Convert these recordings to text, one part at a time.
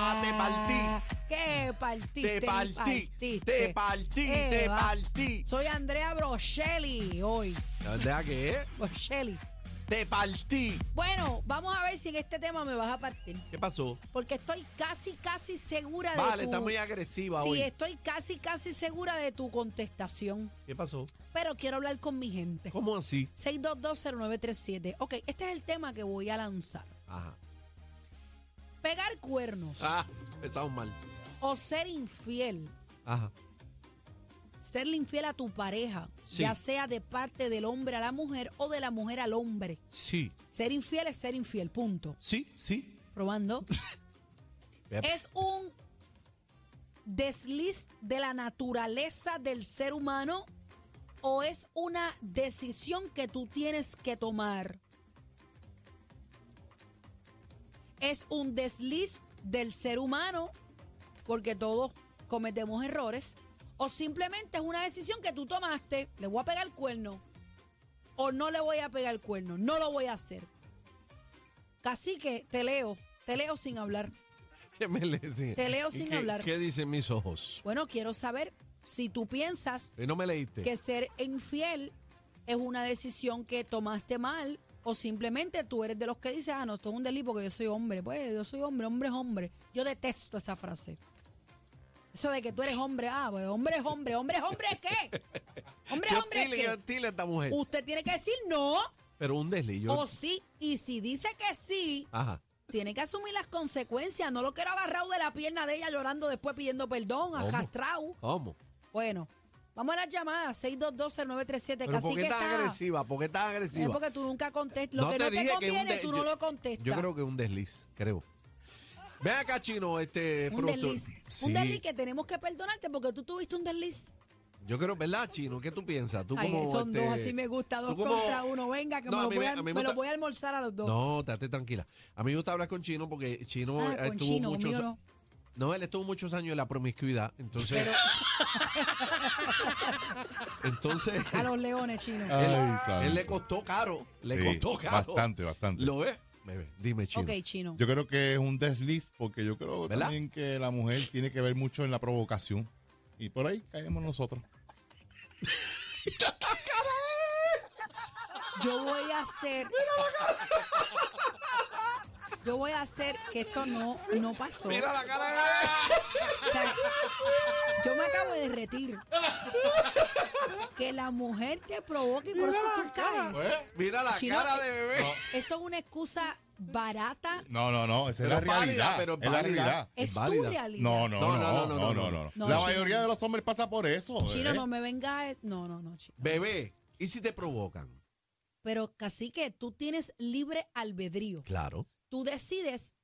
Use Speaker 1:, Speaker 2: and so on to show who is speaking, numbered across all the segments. Speaker 1: Ah,
Speaker 2: partiste.
Speaker 1: Te
Speaker 2: me
Speaker 1: partí, te partí,
Speaker 2: Eh,
Speaker 1: te
Speaker 2: va.
Speaker 1: partí.
Speaker 2: Soy Andrea Brochelli hoy.
Speaker 1: No, deja que eh,
Speaker 2: Brochelli.
Speaker 1: te partí.
Speaker 2: Bueno, vamos a ver si en este tema me vas a partir.
Speaker 1: ¿Qué pasó?
Speaker 2: Porque estoy casi, casi segura de
Speaker 1: Vale,
Speaker 2: tu-
Speaker 1: está muy agresiva
Speaker 2: Sí,
Speaker 1: hoy.
Speaker 2: estoy casi, casi segura de tu contestación.
Speaker 1: ¿Qué pasó?
Speaker 2: Pero quiero hablar con mi gente.
Speaker 1: ¿Cómo así?
Speaker 2: 6220937. Ok, este es el tema que voy a lanzar.
Speaker 1: Ajá.
Speaker 2: Pegar cuernos
Speaker 1: Ah, empezamos mal.
Speaker 2: o ser infiel.
Speaker 1: Ajá.
Speaker 2: Serle infiel a tu pareja,
Speaker 1: Sí.
Speaker 2: ya sea de parte del hombre a la mujer o de la mujer al hombre.
Speaker 1: Sí,
Speaker 2: Ser infiel es ser infiel, punto.
Speaker 1: sí, sí.
Speaker 2: Probando. es un desliz de la naturaleza del ser humano o es una decisión que tú tienes que tomar. Es un desliz del ser humano porque todos cometemos errores o simplemente es una decisión que tú tomaste, le voy a pegar el cuerno o no le voy a pegar el cuerno, no lo voy a hacer. Casi que te leo, te leo sin hablar.
Speaker 1: ¿Qué me le dice?
Speaker 2: Te leo
Speaker 1: ¿Y
Speaker 2: sin
Speaker 1: qué-
Speaker 2: hablar.
Speaker 1: ¿Qué dicen mis ojos?
Speaker 2: Bueno, quiero saber si tú piensas
Speaker 1: Y no me leíste.
Speaker 2: que ser infiel es una decisión que tomaste mal o simplemente tú eres de los que dices, ah, no, esto es un delito porque yo soy hombre. Pues yo soy hombre, hombre es hombre. Yo detesto esa frase. Eso de que tú eres hombre, ah, pues hombre es hombre, hombre es hombre es qué. Hombre
Speaker 1: Qué
Speaker 2: es hombre es
Speaker 1: hostil, qué
Speaker 2: qué.
Speaker 1: hostil esta mujer.
Speaker 2: Usted tiene que decir no
Speaker 1: Pero un deslillo.
Speaker 2: o sí. Y si dice que sí,
Speaker 1: Ajá.
Speaker 2: tiene que asumir las consecuencias. No lo quiero agarrado de la pierna de ella llorando después pidiendo perdón,
Speaker 1: ¿Cómo?
Speaker 2: arrastrado.
Speaker 1: ¿Cómo?
Speaker 2: Bueno, vamos a las llamadas 6220937.
Speaker 1: ¿Pero
Speaker 2: Casi
Speaker 1: por
Speaker 2: que
Speaker 1: qué tan
Speaker 2: está.
Speaker 1: agresiva? ¿Por qué tan
Speaker 2: Es
Speaker 1: agresiva?
Speaker 2: porque tú nunca contestas. Lo que no te
Speaker 1: dije que un
Speaker 2: conviene,
Speaker 1: de-
Speaker 2: tú no
Speaker 1: yo-
Speaker 2: lo contestas.
Speaker 1: Yo creo que un desliz, creo. Ve acá, Chino, este
Speaker 2: un
Speaker 1: productor.
Speaker 2: desliz.
Speaker 1: Sí.
Speaker 2: Un desliz que tenemos que perdonarte porque tú tuviste un desliz.
Speaker 1: Yo creo, ¿verdad, Chino? ¿Qué tú piensas? Tú
Speaker 2: Ay,
Speaker 1: como,
Speaker 2: son
Speaker 1: este,
Speaker 2: dos, así me gusta, dos
Speaker 1: tú como-
Speaker 2: contra uno. Venga, que
Speaker 1: No,
Speaker 2: me,
Speaker 1: a
Speaker 2: lo
Speaker 1: mí
Speaker 2: voy
Speaker 1: me-
Speaker 2: a,
Speaker 1: a mí me
Speaker 2: me lo
Speaker 1: gusta-
Speaker 2: voy a almorzar a los dos.
Speaker 1: No, estate tranquila. A mí me gusta hablar con Chino porque Chino
Speaker 2: Ah,
Speaker 1: eh,
Speaker 2: con
Speaker 1: estuvo
Speaker 2: Chino,
Speaker 1: muchos
Speaker 2: conmigo no.
Speaker 1: No, él estuvo muchos años en la promiscuidad. Entonces. entonces.
Speaker 2: A los leones chinos.
Speaker 1: Él,
Speaker 3: Ay, santo.
Speaker 1: él le costó caro. Le
Speaker 3: Sí,
Speaker 1: costó caro.
Speaker 3: Bastante, bastante.
Speaker 1: ¿Lo ves? Me ve. Dime, Chino.
Speaker 2: ok, chino.
Speaker 3: Yo creo que es un desliz porque yo creo
Speaker 1: ¿Verdad?
Speaker 3: también que la mujer tiene que ver mucho en la provocación. Y por ahí caemos nosotros.
Speaker 2: Yo voy a hacer. Yo voy a hacer que esto no, no pasó.
Speaker 1: Mira la cara de
Speaker 2: O sea, yo me acabo de derretir. Que la mujer te provoque y por eso tú
Speaker 3: Pues,
Speaker 2: caes.
Speaker 1: bebé. Mira la
Speaker 2: Chino,
Speaker 1: cara de bebé.
Speaker 2: Eso es una excusa barata.
Speaker 3: No, no, no, esa
Speaker 1: Pero
Speaker 3: es la
Speaker 1: válida,
Speaker 3: realidad.
Speaker 1: pero
Speaker 3: es la
Speaker 1: válida.
Speaker 3: realidad.
Speaker 2: Es,
Speaker 1: Es
Speaker 2: tu
Speaker 1: válida.
Speaker 2: realidad.
Speaker 3: No, no, no, no, no, no, no,
Speaker 2: no.
Speaker 3: La
Speaker 2: No,
Speaker 3: mayoría
Speaker 2: chino.
Speaker 3: de los hombres pasa por eso. ¿eh?
Speaker 2: Chino,
Speaker 1: eh.
Speaker 3: bebé.
Speaker 2: no me venga. es- No, no, no, chino. eh.
Speaker 1: Bebé, ¿y si te provocan?
Speaker 2: Pero casi que tú tienes libre albedrío.
Speaker 1: Claro.
Speaker 2: Tú decides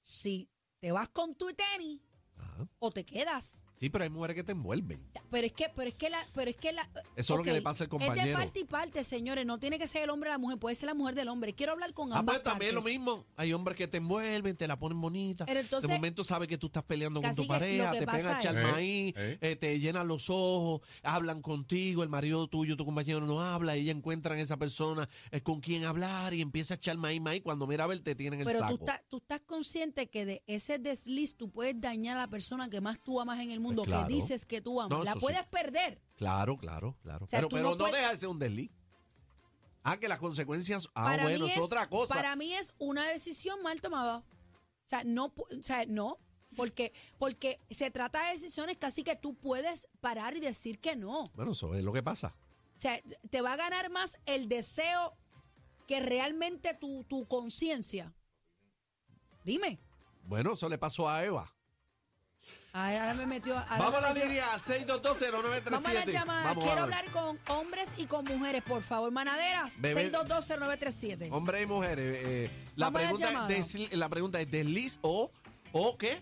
Speaker 2: si te vas con tu tenis
Speaker 1: Ajá.
Speaker 2: o te quedas.
Speaker 1: Sí, pero hay mujeres que te envuelven.
Speaker 2: Pero es que, pero es que la, pero es que la.
Speaker 1: Eso es lo que
Speaker 2: ok,
Speaker 1: le pasa al
Speaker 2: Es de
Speaker 1: compañero.
Speaker 2: parte y parte, señores. No tiene que ser el hombre o la mujer, puede ser la mujer del hombre. Quiero hablar con
Speaker 1: Ah,
Speaker 2: ambas
Speaker 1: pero también
Speaker 2: partes.
Speaker 1: lo mismo. Hay hombres que te envuelven, te la ponen bonita.
Speaker 2: Pero entonces-
Speaker 1: de momento sabes que tú estás peleando con tu
Speaker 2: Casi que lo
Speaker 1: pareja,
Speaker 2: que
Speaker 1: te
Speaker 2: pasa
Speaker 1: pegan a echar
Speaker 3: es-
Speaker 1: maíz,
Speaker 3: Eh,
Speaker 1: eh, te llenan los ojos, hablan contigo, el marido tuyo, tu compañero no habla, y ella encuentran a esa persona eh, con quien hablar y empieza a echar maíz, maíz. Cuando mira a ver, te tienen el
Speaker 2: Pero
Speaker 1: saco.
Speaker 2: tú estás, tú estás consciente que de ese desliz tú puedes dañar a la persona que más tú amas en el mundo,
Speaker 1: claro.
Speaker 2: que dices que tú amas.
Speaker 1: No,
Speaker 2: la
Speaker 1: eso sí.
Speaker 2: puedes perder.
Speaker 1: Claro, claro, claro.
Speaker 2: O sea,
Speaker 1: pero
Speaker 2: tú
Speaker 1: pero
Speaker 2: no
Speaker 1: no,
Speaker 2: puedes-
Speaker 1: deja de ser un desliz. Ah, que las consecuencias. Ah,
Speaker 2: para
Speaker 1: bueno,
Speaker 2: mí
Speaker 1: es,
Speaker 2: es,
Speaker 1: otra cosa.
Speaker 2: Para mí es una decisión mal tomada. O sea, no, pu- o sea, no porque, porque se trata de decisiones casi que tú puedes parar y decir que no. O
Speaker 1: Bueno, eso es lo que pasa.
Speaker 2: sea, te va a ganar más el deseo que realmente tu, tu conciencia. Dime.
Speaker 1: Bueno, eso le pasó a Eva.
Speaker 2: Ay, Ahora me metió. ahora
Speaker 1: Vamos a
Speaker 2: me
Speaker 1: la
Speaker 2: metió-
Speaker 1: línea 6220937.
Speaker 2: pues Vamos a la llamada.
Speaker 1: Vamos,
Speaker 2: Quiero
Speaker 1: vamos.
Speaker 2: hablar con hombres y con mujeres, por favor. Manaderas,
Speaker 1: Bebé.
Speaker 2: 6220937.
Speaker 1: Hombres y mujeres. eh, la,
Speaker 2: Vamos a la
Speaker 1: pregunta
Speaker 2: llamada.
Speaker 1: es desli- la pregunta es: ¿desliz o, o qué?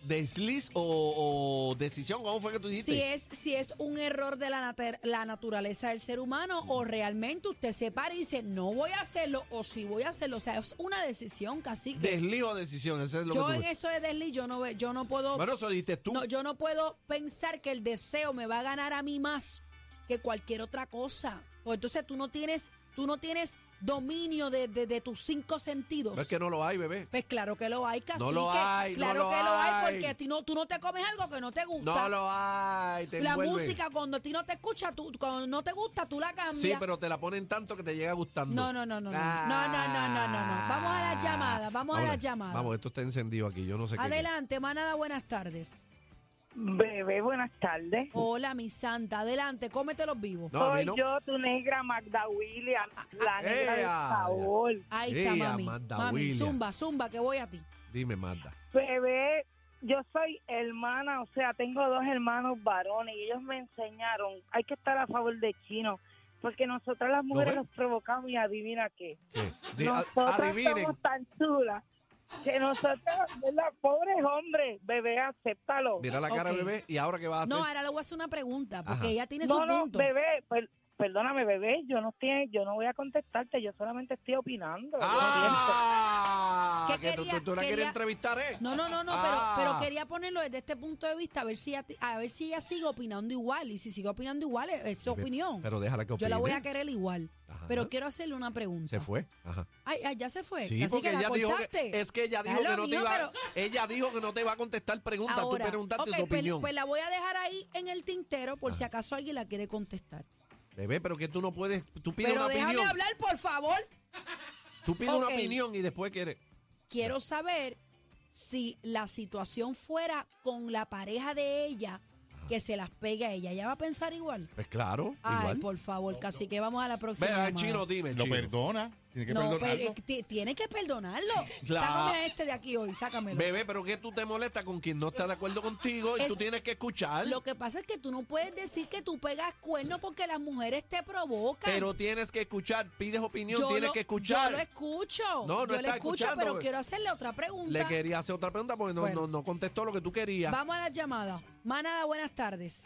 Speaker 1: ¿Desliz o, o decisión? ¿Cómo fue que tú dijiste?
Speaker 2: Si es, si es un error de la, nat- la naturaleza del ser humano o
Speaker 1: Mm.
Speaker 2: realmente usted se para y dice, no voy a hacerlo o si voy a hacerlo. O sea, es una decisión casi que
Speaker 1: Desliz o decisión. Eso es lo que
Speaker 2: yo
Speaker 1: tú
Speaker 2: en
Speaker 1: ves.
Speaker 2: eso de desliz, yo no, ve- yo no puedo...
Speaker 1: Bueno, eso dijiste tú.
Speaker 2: No, yo no puedo pensar que el deseo me va a ganar a mí más que cualquier otra cosa. O entonces tú no tienes, tú no tienes dominio de, de- de tus cinco sentidos.
Speaker 1: No es que no lo hay, bebé.
Speaker 2: Pues claro que lo hay, casi
Speaker 1: lo hay, no
Speaker 2: claro
Speaker 1: lo
Speaker 2: que lo hay, porque a ti no, tú no te comes algo que no te gusta.
Speaker 1: No lo hay. Te
Speaker 2: la
Speaker 1: envuelve.
Speaker 2: música cuando a ti no te escucha, tú, cuando no te gusta, tú la cambias.
Speaker 1: Sí, pero te la ponen tanto que te llega gustando. Ah.
Speaker 2: No, no, no, no, no. No, no, no, no, no, no. Vamos a las llamadas, vamos a
Speaker 1: Ahora,
Speaker 2: las llamadas.
Speaker 1: Vamos, esto está encendido aquí, yo no sé qué-
Speaker 2: Adelante, manada, buenas tardes.
Speaker 4: Bebé, buenas tardes.
Speaker 2: Hola, mi santa, adelante, cómete los vivos.
Speaker 1: No, a mí
Speaker 4: Soy
Speaker 1: no. Ah,
Speaker 4: yo, tu negra Magda William, la negra del
Speaker 1: ea,
Speaker 4: sabor.
Speaker 2: Ahí está,
Speaker 1: Ea,
Speaker 2: mami.
Speaker 1: Magda
Speaker 2: mami,
Speaker 1: Williams.
Speaker 2: zumba, zumba, que voy a ti.
Speaker 1: Dime, Magda.
Speaker 4: Bebé, yo soy hermana, o sea, tengo dos hermanos varones y ellos me enseñaron, hay que estar a favor de chino, porque nosotras las mujeres
Speaker 1: ven?
Speaker 4: los provocamos y adivina qué.
Speaker 1: ¿Qué? Di- a-
Speaker 4: Nosotras
Speaker 1: adivinen.
Speaker 4: somos tan chulas que nosotras, ¿verdad? Pobres hombres, bebé, acéptalo.
Speaker 1: Mira la cara,
Speaker 2: Ok.
Speaker 1: bebé. ¿Y ahora qué vas a hacer?
Speaker 2: No, ahora le voy a hacer una pregunta, porque
Speaker 1: Ah, Ajá.
Speaker 2: ella tiene
Speaker 4: no,
Speaker 2: su
Speaker 4: no,
Speaker 2: punto.
Speaker 4: bebé, per- perdóname, bebé, yo no, estoy, yo no voy a contestarte, yo solamente estoy opinando. yo pienso.
Speaker 1: ¡Ah!
Speaker 2: ¿Qué
Speaker 1: Que tú,
Speaker 2: quería-
Speaker 1: tú- tú la quieres
Speaker 2: quería-
Speaker 1: entrevistar, ¿eh?
Speaker 2: No, no, no, no,
Speaker 1: Ah.
Speaker 2: pero, pero quería ponerlo desde este punto de vista, a ver si ella, ti- a ver si ella sigue opinando igual. Y si sigue opinando igual, es, es su
Speaker 1: Bebé,
Speaker 2: opinión.
Speaker 1: Pero déjala que opine.
Speaker 2: Yo la voy a querer igual.
Speaker 1: Ajá.
Speaker 2: Pero quiero hacerle una pregunta.
Speaker 1: Se fue. Ajá.
Speaker 2: Ay, ay, ya se fue.
Speaker 1: Sí,
Speaker 2: Pues, Así
Speaker 1: porque
Speaker 2: que la
Speaker 1: ella dijo que,
Speaker 2: cortaste.
Speaker 1: es que ella
Speaker 2: Da
Speaker 1: dijo
Speaker 2: lo
Speaker 1: que no te
Speaker 2: mío,
Speaker 1: iba,
Speaker 2: pero-
Speaker 1: ella dijo que no te va a contestar preguntas,
Speaker 2: Ahora,
Speaker 1: tú preguntaste
Speaker 2: ok,
Speaker 1: su
Speaker 2: pues,
Speaker 1: opinión.
Speaker 2: pues la voy a dejar ahí en el tintero por si acaso alguien la quiere contestar.
Speaker 1: Bebé, pero que tú no puedes, tú pides
Speaker 2: Pero
Speaker 1: una
Speaker 2: déjame
Speaker 1: opinión,
Speaker 2: hablar, por favor.
Speaker 1: tú pides una
Speaker 2: Ok.
Speaker 1: opinión y después quieres.
Speaker 2: Quiero saber si la situación fuera con la pareja de ella, que se las pegue a ella. ¿Ella va a pensar igual?
Speaker 1: Pues claro,
Speaker 2: Ay,
Speaker 1: igual.
Speaker 2: por favor, casi que vamos a la próxima.
Speaker 1: Ve, al
Speaker 2: llamada.
Speaker 1: chino dime,
Speaker 3: Lo
Speaker 1: chino.
Speaker 3: perdona. Tiene que
Speaker 2: No, pero,
Speaker 3: perdonarlo.
Speaker 2: eh, ti- tiene que perdonarlo.
Speaker 1: Claro.
Speaker 2: Sácame a este de aquí hoy, sácamelo.
Speaker 1: Bebé, pero que tú te molestas con quien no está de acuerdo contigo y
Speaker 2: Es-
Speaker 1: tú tienes que escuchar.
Speaker 2: Lo que pasa es que tú no puedes decir que tú pegas cuerno porque las mujeres te provocan.
Speaker 1: Pero tienes que escuchar, pides opinión,
Speaker 2: Yo
Speaker 1: tienes
Speaker 2: lo-
Speaker 1: que escuchar.
Speaker 2: Yo lo escucho.
Speaker 1: No, no
Speaker 2: yo lo
Speaker 1: está
Speaker 2: escucho,
Speaker 1: escuchando.
Speaker 2: pero quiero hacerle otra pregunta.
Speaker 1: Le quería hacer otra pregunta porque no,
Speaker 2: Bueno.
Speaker 1: no, no contestó lo que tú querías.
Speaker 2: Vamos a las llamadas. Manada, buenas tardes.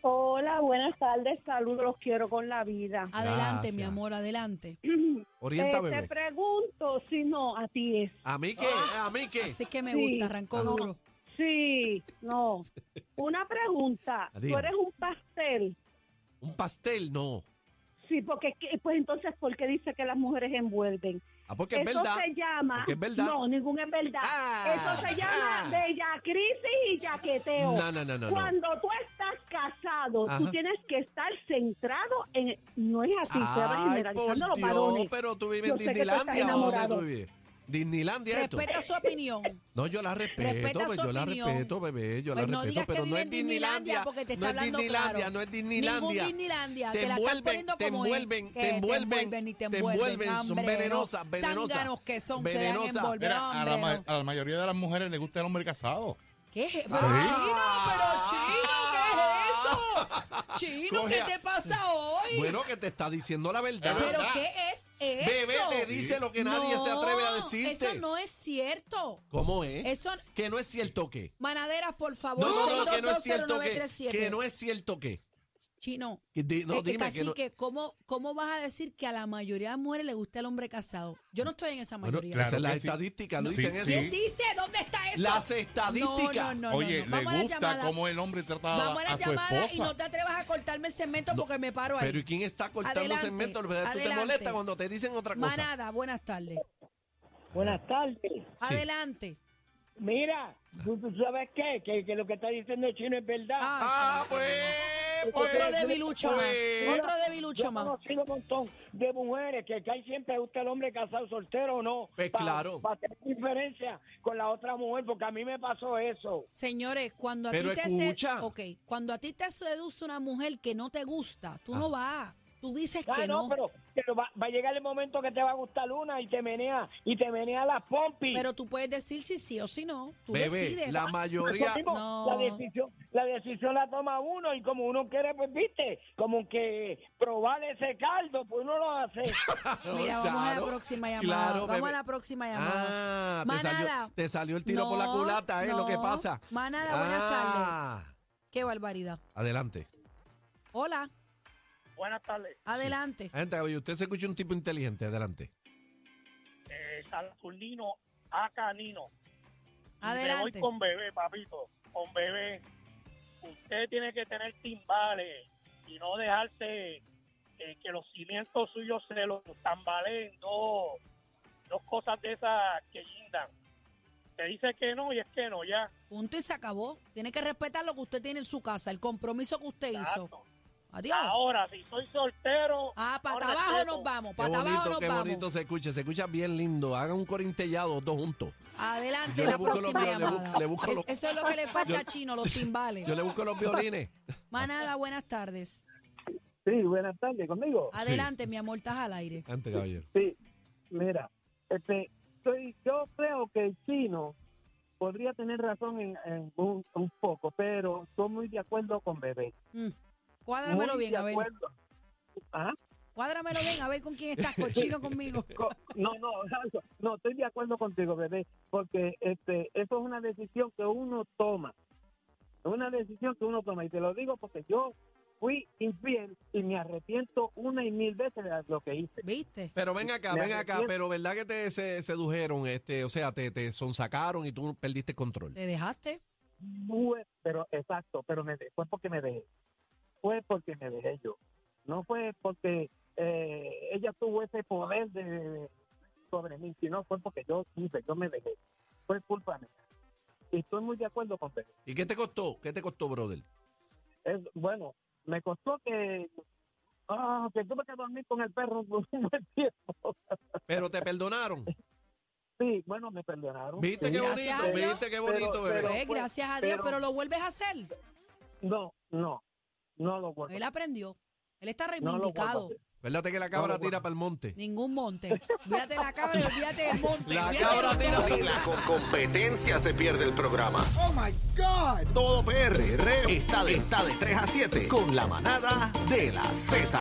Speaker 5: Hola, buenas tardes, saludos, los quiero con la vida.
Speaker 2: Adelante,
Speaker 1: Gracias.
Speaker 2: mi amor, adelante.
Speaker 1: Orienta,
Speaker 5: Eh, te
Speaker 1: bebé.
Speaker 5: pregunto si no, a ti es.
Speaker 1: ¿A mí qué? ¿A mí qué?
Speaker 2: Ah, Así que me
Speaker 5: Sí.
Speaker 2: gusta, arrancó
Speaker 1: Ajá.
Speaker 2: duro.
Speaker 5: Sí, no. Una pregunta, tú
Speaker 1: Dígame.
Speaker 5: eres un pastel.
Speaker 1: ¿Un pastel? No.
Speaker 5: Sí, porque es que- pues entonces ¿por qué dice que las mujeres envuelven?
Speaker 1: Ah, porque
Speaker 5: Eso
Speaker 1: es verdad.
Speaker 5: se llama
Speaker 1: porque es verdad.
Speaker 5: No, ningún es verdad.
Speaker 1: Ah,
Speaker 5: Eso se llama
Speaker 1: ah.
Speaker 5: bellacrisis y yaqueteo.
Speaker 1: No, no, no, no, no.
Speaker 5: Cuando tú estás casado,
Speaker 1: Ajá.
Speaker 5: tú tienes que estar centrado en no es así, se
Speaker 1: Ay,
Speaker 5: va
Speaker 1: por
Speaker 5: generalizando los
Speaker 1: Dios,
Speaker 5: varones.
Speaker 1: pero tú vives
Speaker 5: Yo
Speaker 1: en
Speaker 5: sé que tú estás
Speaker 1: Disneylandia. ¿o dónde
Speaker 5: enamorado.
Speaker 1: tú vives? Disneylandia esto.
Speaker 2: Respeta su opinión.
Speaker 1: No, yo la respeto,
Speaker 2: Respeta
Speaker 1: pues,
Speaker 2: su
Speaker 1: yo la
Speaker 2: opinión.
Speaker 1: respeto, bebé, yo la
Speaker 2: Pues no
Speaker 1: respeto,
Speaker 2: digas que
Speaker 1: pero no
Speaker 2: vive
Speaker 1: es
Speaker 2: en Disneylandia,
Speaker 1: Disneylandia,
Speaker 2: porque te está
Speaker 1: no es
Speaker 2: hablando
Speaker 1: Disneylandia,
Speaker 2: claro.
Speaker 1: no es Disneylandia.
Speaker 2: Ningún Disneylandia,
Speaker 1: Te
Speaker 2: te la estás
Speaker 1: envuelven,
Speaker 2: poniendo
Speaker 1: te
Speaker 2: como es,
Speaker 1: envuelven,
Speaker 2: que
Speaker 1: te
Speaker 2: te
Speaker 1: envuelven,
Speaker 2: envuelven y te
Speaker 1: te
Speaker 2: envuelven,
Speaker 1: envuelven, son
Speaker 2: hambre, no.
Speaker 1: venenosas, venenosas.
Speaker 2: Zánganos que son, se dejan
Speaker 1: Venenosas.
Speaker 2: envolver.
Speaker 3: Mira, a, la,
Speaker 2: hombre,
Speaker 3: ma-
Speaker 2: no.
Speaker 3: a la mayoría de las mujeres les gusta el hombre casado.
Speaker 2: ¿Qué es eso?
Speaker 3: Sí.
Speaker 2: Chino, pero chino, ¿qué es eso? Chino,
Speaker 1: Coge
Speaker 2: ¿qué
Speaker 1: a-
Speaker 2: te pasa hoy?
Speaker 1: Bueno, que te está diciendo la verdad.
Speaker 2: pero
Speaker 3: ¿verdad?
Speaker 2: ¿qué es eso?
Speaker 1: bebé te dice lo que nadie se atreve a
Speaker 2: No,
Speaker 1: decirte.
Speaker 2: Eso no es cierto.
Speaker 1: ¿Cómo es?
Speaker 2: Eso
Speaker 1: Que no es cierto que.
Speaker 2: Manaderas, por favor,
Speaker 1: No, no, no, que no es
Speaker 2: 6220937.
Speaker 1: cierto que. Que no es cierto que.
Speaker 2: Chino.
Speaker 1: Que di- no,
Speaker 2: eh,
Speaker 1: dime que
Speaker 2: cacique,
Speaker 1: no-
Speaker 2: ¿cómo, ¿cómo vas a decir que a la mayoría de las mujeres le gusta el hombre casado? Yo no estoy en esa
Speaker 1: Bueno,
Speaker 2: mayoría.
Speaker 1: esa es la
Speaker 3: que sí.
Speaker 1: estadística, lo
Speaker 3: Sí,
Speaker 1: dicen
Speaker 3: sí.
Speaker 1: eso.
Speaker 2: ¿Quién dice? ¿Dónde está eso?
Speaker 1: Las estadísticas.
Speaker 2: No, no, no, no,
Speaker 3: Oye,
Speaker 2: no. Vamos a
Speaker 3: le
Speaker 2: la
Speaker 3: gusta
Speaker 2: llamada.
Speaker 3: cómo el hombre trata a,
Speaker 2: Vamos a la
Speaker 3: a su
Speaker 2: llamada
Speaker 3: esposa.
Speaker 2: y no te atrevas a cortarme el segmento porque me paro ahí.
Speaker 1: Pero ¿y quién está cortando
Speaker 2: Adelante,
Speaker 1: segmentos? Tú te
Speaker 2: adelante.
Speaker 1: molesta cuando te dicen otra cosa.
Speaker 2: Manada, buenas tardes.
Speaker 6: Buenas tardes.
Speaker 1: Sí.
Speaker 2: Adelante.
Speaker 6: Mira, ¿tú, tú sabes qué? Que, que lo que está diciendo el chino es verdad.
Speaker 2: Ah,
Speaker 1: Ah, pues, pues.
Speaker 2: otro debilucho más.
Speaker 1: pues.
Speaker 2: Otro debilucho
Speaker 6: Yo he
Speaker 2: más.
Speaker 6: conocido un montón de mujeres que cae siempre gusta el hombre casado, soltero o no.
Speaker 1: Pues claro.
Speaker 6: Para tener diferencia con la otra mujer, porque a mí me pasó eso.
Speaker 2: Señores, cuando a
Speaker 1: Pero
Speaker 2: ti te
Speaker 1: escucha.
Speaker 2: se- ok, cuando a ti te seduce una mujer que no te gusta,
Speaker 1: Ah.
Speaker 2: tú no vas. Tú dices
Speaker 6: Ah,
Speaker 2: que
Speaker 6: no,
Speaker 2: no.
Speaker 6: pero, pero va, va a llegar el momento que te va a gustar una y te menea, y te menea las pompis.
Speaker 2: Pero tú puedes decir si sí o si no. Tú
Speaker 1: Bebé,
Speaker 2: decides.
Speaker 1: la mayoría.
Speaker 6: Eso mismo,
Speaker 2: No.
Speaker 6: Pues, la, decisión, la decisión la toma uno y como uno quiere, pues viste, como que probar ese caldo, pues uno lo hace.
Speaker 2: Mira, vamos a la
Speaker 1: Claro,
Speaker 2: próxima llamada.
Speaker 1: claro,
Speaker 2: vamos
Speaker 1: bebé.
Speaker 2: a la próxima llamada.
Speaker 1: Ah, te salió,
Speaker 2: Manada.
Speaker 1: te salió el tiro por la
Speaker 2: No,
Speaker 1: culata, ¿eh? Lo que
Speaker 2: no.
Speaker 1: pasa.
Speaker 2: Manada, buenas
Speaker 1: Ah,
Speaker 2: Qué barbaridad.
Speaker 1: Adelante.
Speaker 2: Hola,
Speaker 7: Buenas tardes,
Speaker 2: adelante.
Speaker 1: Gente, oye, usted se escucha un tipo inteligente, adelante.
Speaker 7: eh, Saturnino a Canino. Me voy
Speaker 2: Adelante.
Speaker 7: con bebé, papito, con bebé. Usted tiene que tener timbales y no dejarse eh, que los cimientos suyos se los tambaleen, no, dos cosas de esas que guindan. Te dice que no y es que no, ya.
Speaker 2: Punto y se acabó. Tiene que respetar lo que usted tiene en su casa, el compromiso que usted hizo.
Speaker 7: Exacto.
Speaker 2: Adiós.
Speaker 7: Ahora, si soy soltero.
Speaker 2: Ah,
Speaker 7: no
Speaker 2: para abajo
Speaker 7: respeto.
Speaker 2: nos vamos,
Speaker 1: Qué
Speaker 2: para abajo
Speaker 1: bonito,
Speaker 2: nos
Speaker 1: qué bonito
Speaker 2: vamos.
Speaker 1: se escucha. Se escucha bien lindo. Hagan un corintellado los dos juntos.
Speaker 2: Adelante,
Speaker 1: Yo le
Speaker 2: la
Speaker 1: busco los
Speaker 2: próxima
Speaker 1: míos, le bu-
Speaker 2: llamada.
Speaker 1: le busco
Speaker 2: Es-
Speaker 1: los-
Speaker 2: Eso es lo que le falta a Chino, los timbales.
Speaker 1: Yo le busco los violines.
Speaker 2: Manada, buenas tardes.
Speaker 8: Sí, buenas tardes, ¿conmigo?
Speaker 2: Adelante, mi amor, estás al aire.
Speaker 1: Antes, caballero.
Speaker 8: Sí, mira, este, soy, yo creo que el chino podría tener razón en, en un, un poco, pero estoy muy de acuerdo con Bebé.
Speaker 2: Cuádramelo
Speaker 8: Muy
Speaker 2: bien,
Speaker 8: de
Speaker 2: a ver.
Speaker 8: acuerdo. ¿Ah?
Speaker 2: Cuádramelo bien, a ver con quién estás, con Chino o conmigo.
Speaker 8: Co- No, no, no, estoy de acuerdo contigo, Bebé, porque este, eso es una decisión que uno toma. Es una decisión que uno toma, y te lo digo porque yo fui infiel y me arrepiento una y mil veces de lo que hice.
Speaker 2: ¿Viste?
Speaker 1: Pero ven acá,
Speaker 8: Me
Speaker 1: ven acá.
Speaker 8: arrepiento.
Speaker 1: Pero verdad que te se- sedujeron, este, o sea, te, te sonsacaron y tú perdiste el control.
Speaker 2: Te dejaste.
Speaker 8: Fue- pero exacto, pero me, de- fue porque me dejé. Fue porque me dejé yo. No fue porque eh, ella tuvo ese poder de, sobre mí, sino fue porque yo quise, yo me dejé. Fue culpa mía. Y estoy muy de acuerdo con Pedro.
Speaker 1: ¿Y qué te costó? ¿Qué te costó, brother?
Speaker 8: Es, bueno, me costó que, ah, que tuve que dormir con el perro por un buen tiempo.
Speaker 1: Pero te perdonaron.
Speaker 8: Sí, bueno, me perdonaron.
Speaker 1: ¿Viste qué
Speaker 2: Gracias a
Speaker 1: bonito?
Speaker 2: Dios.
Speaker 1: ¿Viste qué bonito,
Speaker 8: Pero-
Speaker 1: bebé?
Speaker 2: Pues,
Speaker 8: fue-
Speaker 2: gracias a Dios,
Speaker 8: pero-
Speaker 2: pero lo vuelves a hacer.
Speaker 8: No, no, no lo vuelvo.
Speaker 2: Él aprendió. Él está
Speaker 8: no lo vuelvo a
Speaker 2: reivindicado.
Speaker 8: hacer.
Speaker 1: Acuérdate que la cabra
Speaker 8: No, bueno.
Speaker 1: tira para el monte.
Speaker 2: Ningún monte. Fíjate la cabra y olvídate del monte.
Speaker 1: La
Speaker 2: Olvídate
Speaker 1: cabra
Speaker 2: del
Speaker 1: tira-
Speaker 2: monte.
Speaker 9: Ni la co- competencia se pierde el programa. Oh my God. Todo PR está de, está de 3 a 7 con la manada de la Z.